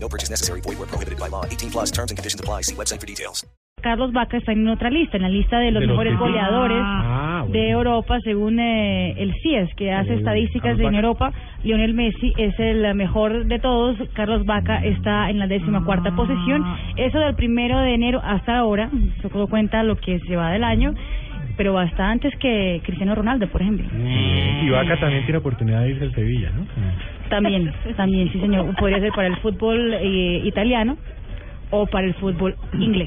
No purchase necessary. Void where prohibited by law. 18 plus terms and conditions apply. See website for details. Carlos Vaca está en otra lista, en la lista de los De los mejores que- goleadores Ah, bueno. de Europa, según eh, el CIES, que hace estadísticas en Carlos Vaca. Europa. Lionel Messi es el mejor de todos. Carlos Vaca está en la décima Ah. cuarta posición. Eso del primero de enero hasta ahora, se todo cuenta lo que se va del año, pero hasta antes que Cristiano Ronaldo, por ejemplo. Mm. Y Vaca también tiene oportunidad de irse al Sevilla, ¿no? También, también, sí señor. Podría ser para el fútbol eh, italiano o para el fútbol inglés.